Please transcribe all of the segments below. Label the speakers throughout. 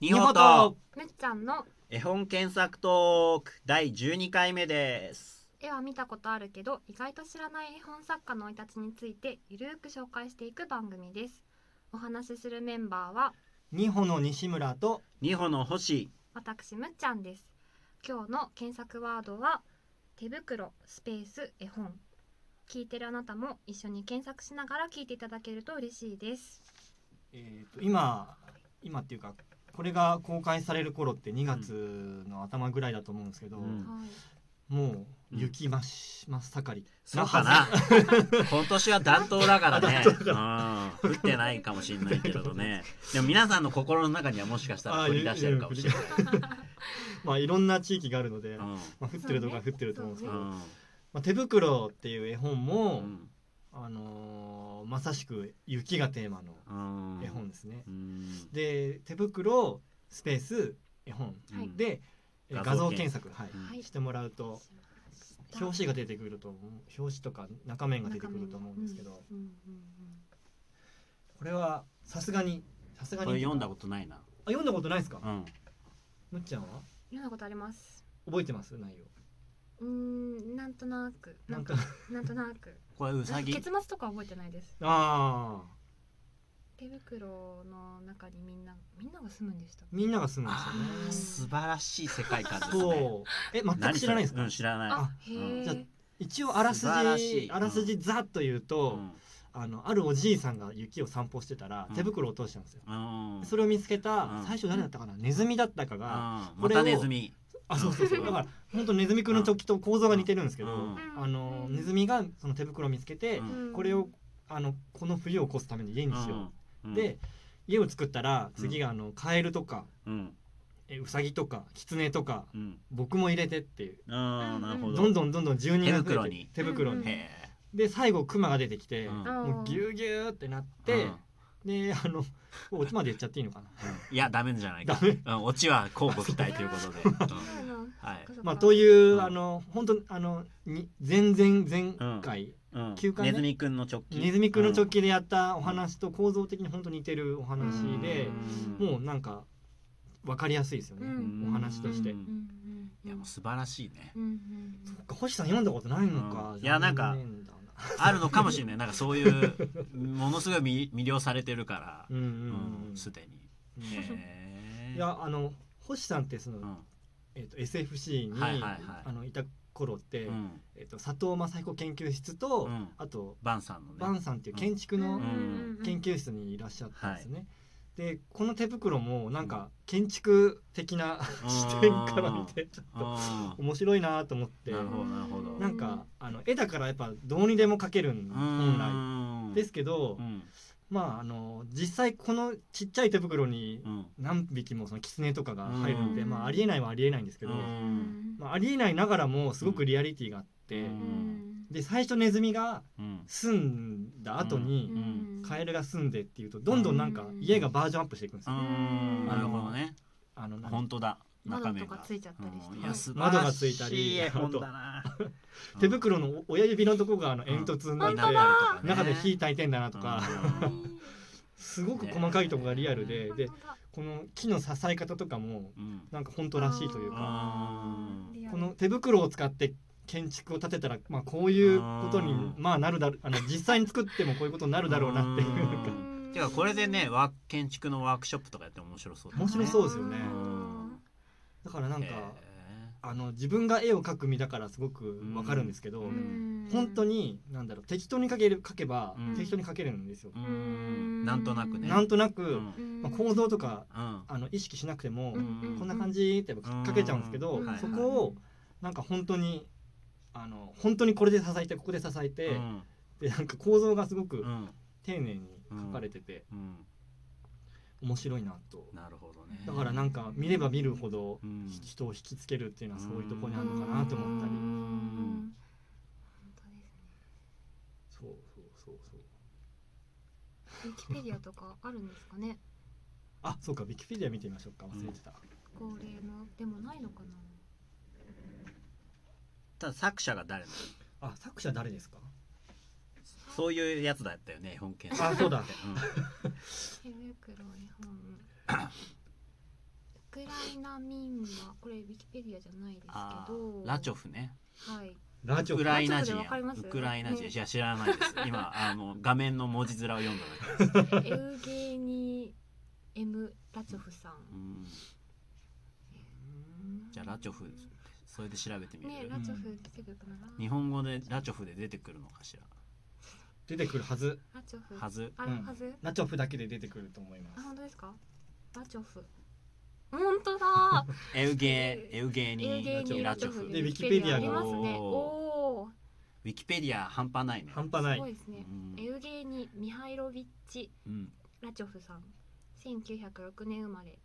Speaker 1: 日本と
Speaker 2: むっちゃんの
Speaker 1: 絵本検索トーク第12回目です
Speaker 2: 絵は見たことあるけど意外と知らない絵本作家の生い立ちについてゆるーく紹介していく番組ですお話しするメンバーは
Speaker 3: 二歩の西村と
Speaker 1: 二歩の星
Speaker 2: 私むっちゃんです今日の検索ワードは手袋スペース絵本聞いてるあなたも一緒に検索しながら聞いていただけると嬉しいです
Speaker 3: えー、と今今っていうかこれが公開される頃って2月の頭ぐらいだと思うんですけど、
Speaker 1: うん
Speaker 2: はい。
Speaker 3: もう雪まし真っ盛り
Speaker 1: そうかな 今年は暖冬だからねうん降ってないかもしれないけれどねでも皆さんの心の中にはもしかしたら
Speaker 3: あー
Speaker 1: 取り出してるかもしれない、
Speaker 3: まあいろんな地域があるので、
Speaker 1: うん
Speaker 3: まあ、降ってるとか降ってると思うんです
Speaker 1: う
Speaker 3: けど、
Speaker 1: ん
Speaker 2: そ
Speaker 3: まあ、手袋っていう絵本
Speaker 1: う
Speaker 3: も、
Speaker 1: ん
Speaker 3: あのーまさしく雪がテーマの
Speaker 1: うん
Speaker 3: 絵本ですね、
Speaker 1: うん
Speaker 3: で手袋スペース絵本
Speaker 2: はい
Speaker 3: で、えー画
Speaker 1: 画像
Speaker 3: 像
Speaker 1: 検
Speaker 3: 検索、はい
Speaker 1: うん
Speaker 2: はい
Speaker 3: してもらうと表紙が出てくると思う表紙とか中面が出てくると思うんですけど、
Speaker 2: うんうんうん
Speaker 3: これはさすがにさすがに
Speaker 1: これ読んだこととないな、
Speaker 3: あ読んだことないですか、
Speaker 1: うん、
Speaker 3: むっちゃんは
Speaker 2: 読んだことあります
Speaker 3: 覚えてます内容
Speaker 2: うーんなんとなくなんか
Speaker 3: なん
Speaker 2: なんとなく
Speaker 1: これウサギ
Speaker 2: 結末とか覚えてないです
Speaker 3: ああ
Speaker 2: 手袋の中にみんなみんなが住むんでした
Speaker 3: みんなが住むん
Speaker 1: あー
Speaker 3: です
Speaker 1: 素晴らしい世界観です
Speaker 3: よね
Speaker 1: ね
Speaker 3: そうえ全く知らないんですか、
Speaker 1: うん、知らない
Speaker 2: あ
Speaker 3: あ
Speaker 2: へえ、
Speaker 3: じゃあ一応あらす
Speaker 1: 素晴らし
Speaker 3: じ
Speaker 1: い
Speaker 3: あらすじざっと言うと、
Speaker 1: うん
Speaker 3: あのあるおじいさんが雪を散歩してたら
Speaker 1: うん
Speaker 3: 手袋を落としたんですよ、
Speaker 1: うん
Speaker 3: それを見つけた、
Speaker 1: うん
Speaker 3: 最初誰だったかなネズミだったか
Speaker 1: うん
Speaker 3: が、
Speaker 1: ま
Speaker 3: これを
Speaker 1: たネズミ
Speaker 3: あそうそうそうだから本当ネズミくんの時と構造が似てるんですけど、
Speaker 1: うん
Speaker 3: あのネズミがその手袋を見つけて、
Speaker 1: うん
Speaker 3: これをあのこの冬を越すために家にしよう、
Speaker 1: うん
Speaker 3: で家を作ったら
Speaker 1: うん
Speaker 3: 次があのカエルとか
Speaker 1: うん
Speaker 3: えウサギとかキツネとか
Speaker 1: うん
Speaker 3: 僕も入れてっていう
Speaker 1: あーなるほ
Speaker 2: う
Speaker 1: ど
Speaker 3: どんどんどんどん住人が
Speaker 1: 手袋
Speaker 3: 増え
Speaker 1: に
Speaker 3: て手袋に
Speaker 2: うん
Speaker 1: へ
Speaker 3: で最後クマが出てきて、
Speaker 1: えうん
Speaker 3: もうギューギューってなっ
Speaker 1: う
Speaker 3: て
Speaker 1: ん、
Speaker 3: であのおちまで言っちゃっていいのかな
Speaker 1: いやダメじゃないか
Speaker 3: ダメ
Speaker 1: うんオチは交互期待ということでうんはい
Speaker 3: まあという、
Speaker 1: うん
Speaker 3: あの本当あのに前々前回、
Speaker 1: うん
Speaker 3: 休館ね
Speaker 1: ネズミくんの直近
Speaker 3: ネズミくんの直近でやったお話と構造的に本当似てるお話で、
Speaker 1: うん
Speaker 3: もうなんか分かりやすいですよね、
Speaker 2: うん
Speaker 3: お話として、
Speaker 1: うんいやもう素晴らしいね
Speaker 3: 星さん読んだことないのか、
Speaker 1: うん
Speaker 3: じゃ
Speaker 1: い
Speaker 3: あ
Speaker 1: やなんか
Speaker 3: 残念だな
Speaker 1: あるのかもしれないなんかそういうものすごい魅魅了されてるから
Speaker 3: うんうん
Speaker 1: う
Speaker 3: うんん
Speaker 1: すでに
Speaker 3: うん
Speaker 1: へえ
Speaker 3: いやあの星さんってその、
Speaker 1: うん
Speaker 3: えっと SFC に、
Speaker 1: はいはいはい
Speaker 3: あのいた頃って、
Speaker 1: うん
Speaker 3: えっと佐藤雅彦研究室と、
Speaker 1: うん
Speaker 3: あと
Speaker 1: バンさんのね
Speaker 3: バンさんっていう建築
Speaker 2: の
Speaker 3: の
Speaker 1: ん
Speaker 3: 研究室にいらっしゃったんですね。でこの手袋もなんか建築的な 視点から見てちょっと
Speaker 1: あー
Speaker 3: 面白いなと思って
Speaker 1: なるほどなるほど
Speaker 3: なんかあの絵だからやっぱどうにでも描けるん本来
Speaker 1: うん
Speaker 3: ですけど、
Speaker 1: うん
Speaker 3: まああの実際このちっちゃい手袋に
Speaker 1: うん
Speaker 3: 何匹もその狐とかが入るんで、
Speaker 2: うん
Speaker 3: まあ、ありえないはありえないんですけど、まあ、ありえないながらもすごくリアリティがあって、
Speaker 1: うん
Speaker 3: で最初ネズミが
Speaker 1: うん
Speaker 3: 住んだ後に、カ エルが住んでっていうとどんどんなんか
Speaker 2: うん
Speaker 3: 家がバージョンアップしていくんです
Speaker 1: う
Speaker 3: よ。
Speaker 1: んなるほどね
Speaker 3: あのなんか
Speaker 1: 本当だ中身
Speaker 2: 窓とかついちゃったりして
Speaker 1: うんいや素晴らし
Speaker 3: 窓がついたり
Speaker 1: 絵本だな
Speaker 3: 手袋の親指のとこがあの煙突にな
Speaker 1: う
Speaker 3: っ
Speaker 1: ん
Speaker 3: て、
Speaker 1: 本当だ
Speaker 3: 中で火焚いてんだなとか、
Speaker 1: うん
Speaker 3: すごく細かいとこがリアルで、
Speaker 2: で
Speaker 3: でこの木の支え方とかも
Speaker 1: うん
Speaker 3: なんか本当らしいというか、この
Speaker 2: こ
Speaker 3: 手袋を使って建築を建てたら、まあ、こういうこと
Speaker 1: う
Speaker 3: に
Speaker 1: ん
Speaker 3: まあなるだろうあの実際に作ってもこういうことになるだろうなっていう
Speaker 1: うん
Speaker 3: なんか
Speaker 2: の
Speaker 1: てかこれでねワーク建築のワークショップとかやっても面白そうだね
Speaker 3: 面白そうですよね
Speaker 1: うん
Speaker 3: だからなんか
Speaker 1: へ
Speaker 3: あの自分が絵を描く身だからすごくわかるんですけど、
Speaker 1: うん
Speaker 3: 本当に何だろう適当に描ける描けば、
Speaker 1: うん
Speaker 3: 適当に描けるんですよ
Speaker 1: えう。んなんとなくね
Speaker 3: なんとなく、
Speaker 1: うん
Speaker 3: まあ、構造とか
Speaker 1: うん
Speaker 3: あの意識しなくても、
Speaker 1: うん
Speaker 3: こんな感じって
Speaker 1: うん
Speaker 3: かけちゃうんですけど、
Speaker 1: うん
Speaker 2: はい
Speaker 3: そこをなんか本当にあの本当にこれで支えてここで支えて、
Speaker 1: うん
Speaker 3: でなんか構造がすごく
Speaker 1: うん
Speaker 3: 丁寧に書かれてて、
Speaker 1: うん
Speaker 3: 面白いなと
Speaker 1: なるほどね
Speaker 3: だからなんか見れば見るほど、
Speaker 1: うん
Speaker 3: ひ人を引きつけるっていうのはそういうところにあるのかなと思ったり、
Speaker 1: うん
Speaker 3: そうそうそうそう
Speaker 2: ウィキペディアとかあるんですかね
Speaker 3: あそうかウィキペディア見てみましょうか忘れてた、
Speaker 2: 恒例のでもないのかな
Speaker 1: ただ作者が誰なの
Speaker 3: あ作者誰ですか
Speaker 1: そういうやつだったよね絵本検
Speaker 3: あそうだ
Speaker 1: うん
Speaker 2: 手袋絵本クライナ民話これウィキペディアじゃないですけ
Speaker 1: あ
Speaker 2: ど
Speaker 1: ーラチョフね
Speaker 2: はい
Speaker 3: ラジ
Speaker 1: ウ
Speaker 3: オ
Speaker 1: クライナ人
Speaker 2: ラチョフでわかります
Speaker 1: ウクライナ人
Speaker 2: ね
Speaker 1: いや知らないです今あ の画面の文字面を読んだだけ
Speaker 2: エウゲーニー M ラチョフさん
Speaker 1: うんじゃあラチョフそれで調べてみ
Speaker 2: ね
Speaker 1: る、
Speaker 2: ラチョフ出てくるかな、
Speaker 1: 日本語でラチョフで出てくるのかし
Speaker 3: 出てくるはず
Speaker 2: ラチョフ
Speaker 1: らはず
Speaker 2: あ、
Speaker 3: うん
Speaker 2: はず
Speaker 3: ナチョフだけで出てくると思いま
Speaker 2: あ
Speaker 3: す
Speaker 2: 本当ですかラチョフ本当だ
Speaker 1: エウゲーエウゲー
Speaker 2: エウ
Speaker 1: ニ
Speaker 2: ゲーニーラ
Speaker 1: ラ
Speaker 2: チ
Speaker 1: チ
Speaker 2: ョ
Speaker 1: ョ
Speaker 2: フ
Speaker 1: フ
Speaker 3: で
Speaker 1: ウ
Speaker 3: ウィキペディア
Speaker 2: あ
Speaker 3: が
Speaker 2: りますね
Speaker 1: おー
Speaker 2: おー
Speaker 1: ィキペディア半端ないね
Speaker 3: 半端な
Speaker 2: すご
Speaker 3: い
Speaker 2: いですね
Speaker 1: う、ん
Speaker 2: エウゲーニ・ミハイロビッチ・
Speaker 1: うん
Speaker 2: ラチョフさん1906年生まれ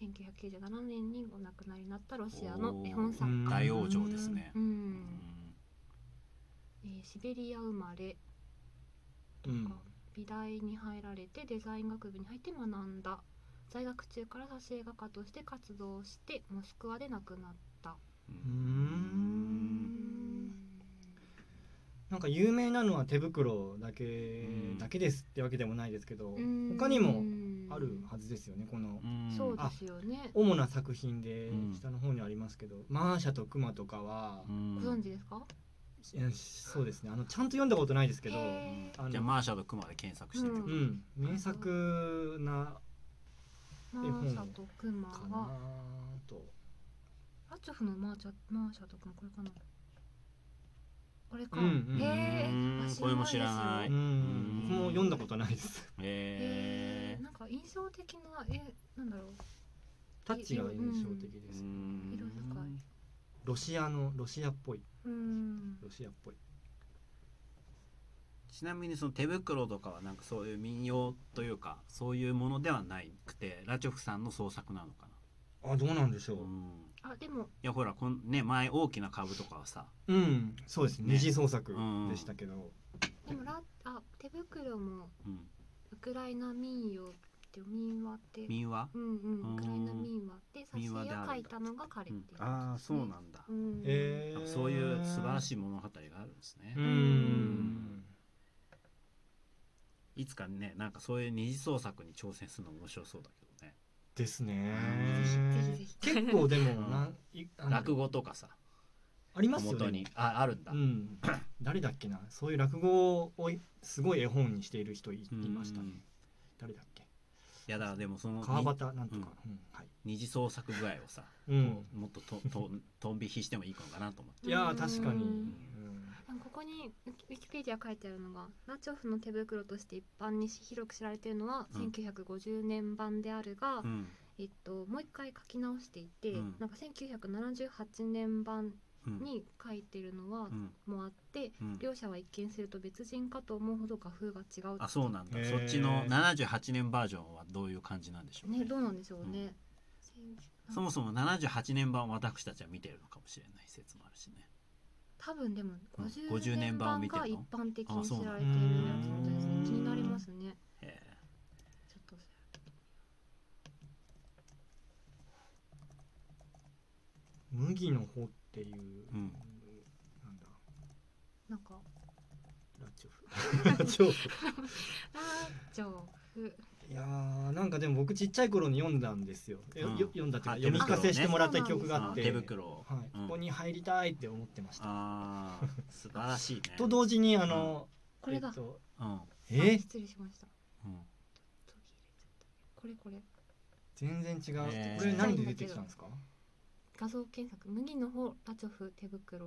Speaker 2: 1997年にお亡くなりになったロシアの絵本作
Speaker 3: おー
Speaker 2: 家
Speaker 1: 大往生ですね
Speaker 2: う、
Speaker 1: うん
Speaker 2: えーシベリア生まれ
Speaker 3: うん
Speaker 2: 美大に入られてデザイン学部に入って学んだ在学中から挿絵画家として活動してモスクワで亡くなった
Speaker 3: うー
Speaker 2: うんん
Speaker 3: なんか有名なのは手袋だけ、
Speaker 1: ん
Speaker 3: だけですってわけでもないですけど、他にもあるはずですよねこの
Speaker 1: うん
Speaker 2: そうですよね
Speaker 3: 主な作品で
Speaker 1: うん
Speaker 3: 下の方にありますけど、マーシャとクマとかは
Speaker 1: う、
Speaker 2: ご
Speaker 1: ん
Speaker 2: 存知ですか
Speaker 3: いやそうですねあのちゃんと読んだことないですけど、
Speaker 2: へー
Speaker 3: あの
Speaker 1: じゃあマーシャとクマで検索してみようか
Speaker 3: うん、名作な
Speaker 2: マ
Speaker 3: 本
Speaker 2: ーシャとクマ
Speaker 3: か
Speaker 2: は
Speaker 3: なと
Speaker 2: ラチョフのマーチャマーシャとかもこれかなこれか、
Speaker 3: うんうん
Speaker 2: へ
Speaker 1: う
Speaker 2: ー
Speaker 1: ん
Speaker 2: あ
Speaker 1: これも知らない
Speaker 2: で
Speaker 3: う
Speaker 2: すよ
Speaker 3: ん僕も読んだことないです
Speaker 1: へ
Speaker 2: へーなんか印象的なえなんだろう
Speaker 3: タッチが印象的です、
Speaker 1: うん
Speaker 2: 色深い
Speaker 3: ロシアのロシアっぽいう
Speaker 2: ーん
Speaker 3: ロシアっぽい
Speaker 1: ちなみにその手袋とかはなんかそういう民謡というかそういうものではないくてラチョフさんの創作なのか
Speaker 3: あどうなんでしょ
Speaker 1: な、
Speaker 3: う
Speaker 1: うん
Speaker 2: あでも
Speaker 1: いやほらこんね前大きな株とかはさ
Speaker 3: うん、そうですね
Speaker 1: ね
Speaker 3: 二次創作でしたけど、
Speaker 2: でもラあ手袋も
Speaker 1: うん
Speaker 2: ウクライナ民謡って民話って
Speaker 1: 民話、
Speaker 2: うんうん
Speaker 1: うん
Speaker 2: ウクライナ民話で挿
Speaker 1: 民話
Speaker 2: 絵
Speaker 1: であ
Speaker 2: を
Speaker 1: る
Speaker 2: 描いたのが彼っていう、
Speaker 1: ああそうなんだ、
Speaker 2: うん
Speaker 3: えー
Speaker 1: そういう素晴らしい物語があるんですね、
Speaker 3: うん、
Speaker 1: いつかねなんかそういう二次創作に挑戦するの面白そうだけどね
Speaker 3: ですね
Speaker 2: ぜひぜひ
Speaker 3: 結構でも
Speaker 1: うん
Speaker 3: なんいあの
Speaker 1: 落語とかさ
Speaker 3: ありますよ
Speaker 1: 元
Speaker 3: ね
Speaker 1: にああるんだ、
Speaker 3: うん、誰だっけなそういう落語をいすごい絵本にしている人い
Speaker 1: うん
Speaker 3: いましたね誰だっけ
Speaker 1: いやだからでもその
Speaker 3: 川端なんとか、うんはい
Speaker 1: 二次創作具合をさ、
Speaker 3: うん
Speaker 1: もっととととんびひしてもいいのかなと思って
Speaker 3: いやー確かに、
Speaker 2: うん
Speaker 3: うん
Speaker 2: なんかここにウィキウィキペディア書いてあるのがラチョフの手袋として一般に広く知られているのは
Speaker 1: うん
Speaker 2: 1950年版であるが、
Speaker 1: うん
Speaker 2: えっと、もう一回書き直していて、
Speaker 1: うん
Speaker 2: なんか1978年版
Speaker 1: うん
Speaker 2: に書いてるのは
Speaker 1: うん
Speaker 2: もあって、
Speaker 1: うん
Speaker 2: 両者は一見すると別人かと思うほど画風が違う
Speaker 1: あそうなんだ、
Speaker 3: へー
Speaker 1: そっちの78年バージョンはどういう感じなんでしょうね
Speaker 2: ねどうなんでしょうね、
Speaker 1: そもそも78年版を私たちは見てるのかもしれない説もあるしね
Speaker 2: 多分でも
Speaker 1: うん
Speaker 2: 50
Speaker 1: 50年
Speaker 2: 年
Speaker 1: 版を
Speaker 2: 版
Speaker 1: 見てる
Speaker 2: が
Speaker 1: の
Speaker 2: 一般的
Speaker 1: あ
Speaker 2: に
Speaker 1: そう
Speaker 2: 知
Speaker 1: な
Speaker 2: ら
Speaker 1: ん
Speaker 2: れ
Speaker 1: だ
Speaker 2: ているやつみたいです
Speaker 3: うー
Speaker 2: ね
Speaker 3: ん
Speaker 2: 気になりますね
Speaker 1: へー
Speaker 2: ちょっと
Speaker 3: 麦の穂っていう、
Speaker 1: うん
Speaker 3: なんだ
Speaker 2: なんか
Speaker 3: ラチョフラチョフ
Speaker 2: ラチョフ
Speaker 3: いやーなんかでも僕ちっちゃい頃に読んだんですよ、え
Speaker 1: うん
Speaker 3: よ読んだっていうか
Speaker 1: あ
Speaker 3: 読み聞かせしてもらった
Speaker 2: 手
Speaker 3: 記
Speaker 2: 袋ね
Speaker 3: 憶があって
Speaker 1: 手袋を
Speaker 3: はい、
Speaker 1: うん
Speaker 3: ここに入りたいって思ってました
Speaker 1: あー素晴らしいね
Speaker 3: と同時にあの、
Speaker 2: これだ、
Speaker 3: えっと
Speaker 1: うん
Speaker 3: え
Speaker 2: あ
Speaker 3: ー
Speaker 2: 失礼しました
Speaker 1: うん
Speaker 2: 途切れちゃったこれこれ
Speaker 3: 全然違う、
Speaker 1: えー
Speaker 3: これ何で出てきたんですか
Speaker 2: 画像検索麦の方ラチョフ手
Speaker 1: う
Speaker 2: 袋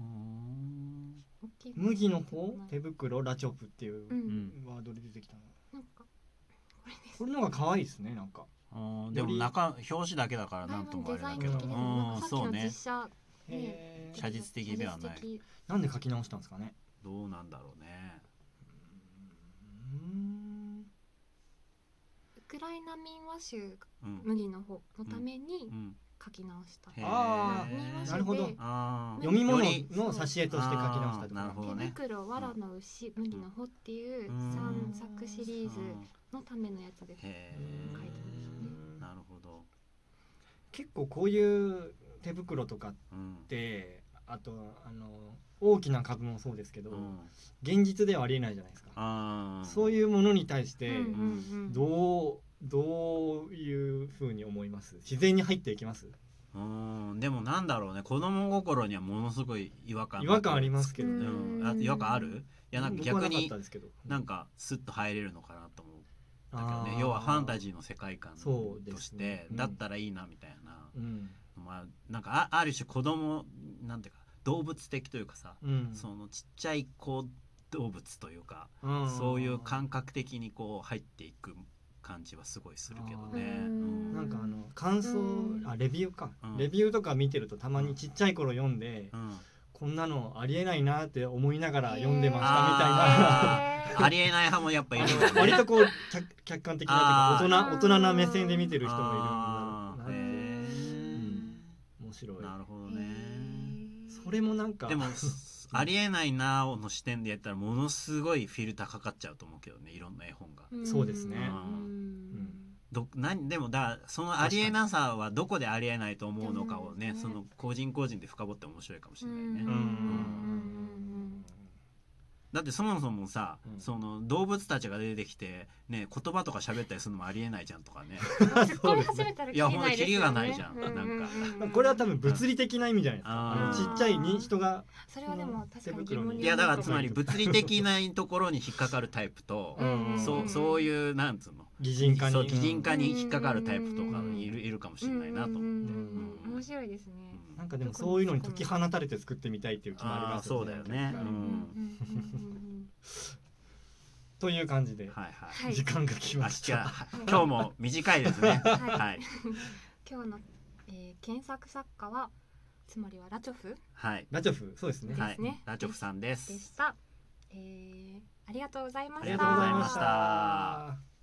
Speaker 1: ーん
Speaker 2: 大きい
Speaker 3: 麦の方手袋ラチョフっていう
Speaker 2: う
Speaker 1: うんん
Speaker 3: ワードで出てきたの、
Speaker 2: なんかこれです
Speaker 3: これの方が可愛いですねなんか
Speaker 1: あーでも中表紙だけだから
Speaker 2: だ
Speaker 1: ないんと
Speaker 2: ぶ
Speaker 1: もあ
Speaker 2: デ
Speaker 1: れだ
Speaker 2: ザイン
Speaker 1: け
Speaker 2: 的
Speaker 1: どう
Speaker 2: ですね
Speaker 1: ん
Speaker 2: なんかさっき
Speaker 1: そう
Speaker 2: の実
Speaker 1: ね
Speaker 2: 写
Speaker 3: へー
Speaker 1: 写実的ではない
Speaker 2: 写実的
Speaker 3: なんで書き直したんですかね
Speaker 1: どうなんだろうね
Speaker 3: うん
Speaker 2: ウクライナ民話集
Speaker 1: うん
Speaker 2: 麦の方のために
Speaker 1: うん
Speaker 2: 書き直した、
Speaker 1: へー
Speaker 3: あ
Speaker 2: ー
Speaker 1: あー
Speaker 3: なるほど
Speaker 1: あ
Speaker 2: よ
Speaker 3: 読み物
Speaker 1: より
Speaker 3: の挿絵として書き直した
Speaker 1: あ
Speaker 3: ってこと
Speaker 1: ーなるほど
Speaker 2: 手
Speaker 1: ね
Speaker 2: 袋わらの牛麦の穂ってい
Speaker 1: う
Speaker 2: う
Speaker 1: ん
Speaker 2: 三作シリーズのためのやつです、
Speaker 1: へ
Speaker 2: 書いて
Speaker 1: え
Speaker 3: うん
Speaker 1: なるほど
Speaker 3: 結構こういう手袋とかっ
Speaker 1: うん
Speaker 3: てあとあの大きな株もそうですけど、
Speaker 1: うん
Speaker 3: 現実ではありえないじゃないですか
Speaker 1: あ
Speaker 3: そういううものに対して
Speaker 2: うんうんうん
Speaker 3: どうどういういうふうに思います自然に入っていきます
Speaker 1: うんでもなんだろうね子供心にはものすごい違和感
Speaker 3: 違和感ありますけど
Speaker 1: う
Speaker 3: ね
Speaker 1: ん、あ違和感あるいやなんか
Speaker 3: 僕
Speaker 1: 逆
Speaker 3: はなかっ
Speaker 1: に
Speaker 3: たですけど
Speaker 1: なんかスッと入れるのかなと思う
Speaker 3: あ
Speaker 1: だけど
Speaker 3: ー
Speaker 1: ね要はファンタジーの世界観
Speaker 3: そうですね
Speaker 1: として、
Speaker 3: うん
Speaker 1: だったらいいなみたいな、
Speaker 3: うん
Speaker 1: まあなんかあある種子供なんていうか動物的というかさ、
Speaker 3: うん
Speaker 1: そのちっちゃい子動物というか、
Speaker 3: うん
Speaker 1: そういう感覚的にこう入っていく感じはすごいするけどね。
Speaker 2: あー
Speaker 1: うん
Speaker 3: なんかあの感想
Speaker 2: うん
Speaker 3: あレビューか
Speaker 1: うん
Speaker 3: レビューとか見てるとたまにちっちゃい頃読んで
Speaker 1: うん
Speaker 3: こんなのありえないなって思いながら読んでましたみたいな
Speaker 1: あ ありえない派もやっぱいるんだね。
Speaker 3: 割とこう客客観的なっていう
Speaker 2: あ
Speaker 3: か
Speaker 2: ー
Speaker 3: 大人大人な目線で見てる人もいるんだろ
Speaker 1: あ
Speaker 3: う
Speaker 1: ー
Speaker 3: なって
Speaker 1: へ
Speaker 3: 面白い
Speaker 1: ーなるほど
Speaker 2: へ
Speaker 1: ね。
Speaker 2: ー
Speaker 3: それもなんか
Speaker 1: でもありえないなーの視点でやったらものすごいフィルターかかっちゃうと思うけどねいろんな絵本が。
Speaker 2: ん
Speaker 3: そうですね
Speaker 2: うん
Speaker 1: どなんでもだそのありえなさはどこでありえないと思うのかをね
Speaker 2: 確
Speaker 1: そ
Speaker 2: かに
Speaker 1: の個人個人で深掘って面白いかもしれないね。
Speaker 2: うん
Speaker 3: うん
Speaker 2: うん
Speaker 1: だってそもそもさ、
Speaker 3: うん
Speaker 1: その動物たちが出てきてね言葉とか喋ったりするのもありえないじゃんとか ね
Speaker 2: 突っ込み始めたらキリないですよね
Speaker 1: いやほんとキリがないじゃん
Speaker 2: うううう
Speaker 3: まあこれは多分物理的な意味じゃないですか
Speaker 1: あ
Speaker 3: あ
Speaker 1: ー
Speaker 3: のちっちゃいに人が
Speaker 2: それはでも確かに疑問に思う
Speaker 1: いやだからつまり物理的なところに引っかかるタイプと、
Speaker 3: うん
Speaker 1: そうそういうなんつうの
Speaker 3: 擬人化に
Speaker 1: そう擬人化に引っかかるタイプとかいる,、いるかもしれないなと思って。
Speaker 2: う
Speaker 1: うん
Speaker 2: うん
Speaker 1: ん
Speaker 2: うんうん面白いですね
Speaker 3: なんかでもそういうのに解き放たれて作ってみたいっていう気もあり
Speaker 1: あ
Speaker 3: ま
Speaker 1: あ
Speaker 3: す
Speaker 1: そうだよね。う
Speaker 2: うんんうんうん
Speaker 3: という感じで
Speaker 1: はいはい。
Speaker 2: はい
Speaker 3: 時間が来
Speaker 1: あ
Speaker 3: まし
Speaker 1: じゃ
Speaker 3: た。
Speaker 1: あ今日も短いですね。
Speaker 2: うんうんは
Speaker 1: はいい
Speaker 2: 今日のえー検索作家はつまりはラチョフ
Speaker 1: はい
Speaker 3: ラチョフ、そうですね。
Speaker 1: は
Speaker 2: です
Speaker 1: い
Speaker 2: ね。
Speaker 1: ラチョフさんで。
Speaker 2: ですしたえーありがとうございました
Speaker 1: ありがとうございました
Speaker 3: ありがとうございました。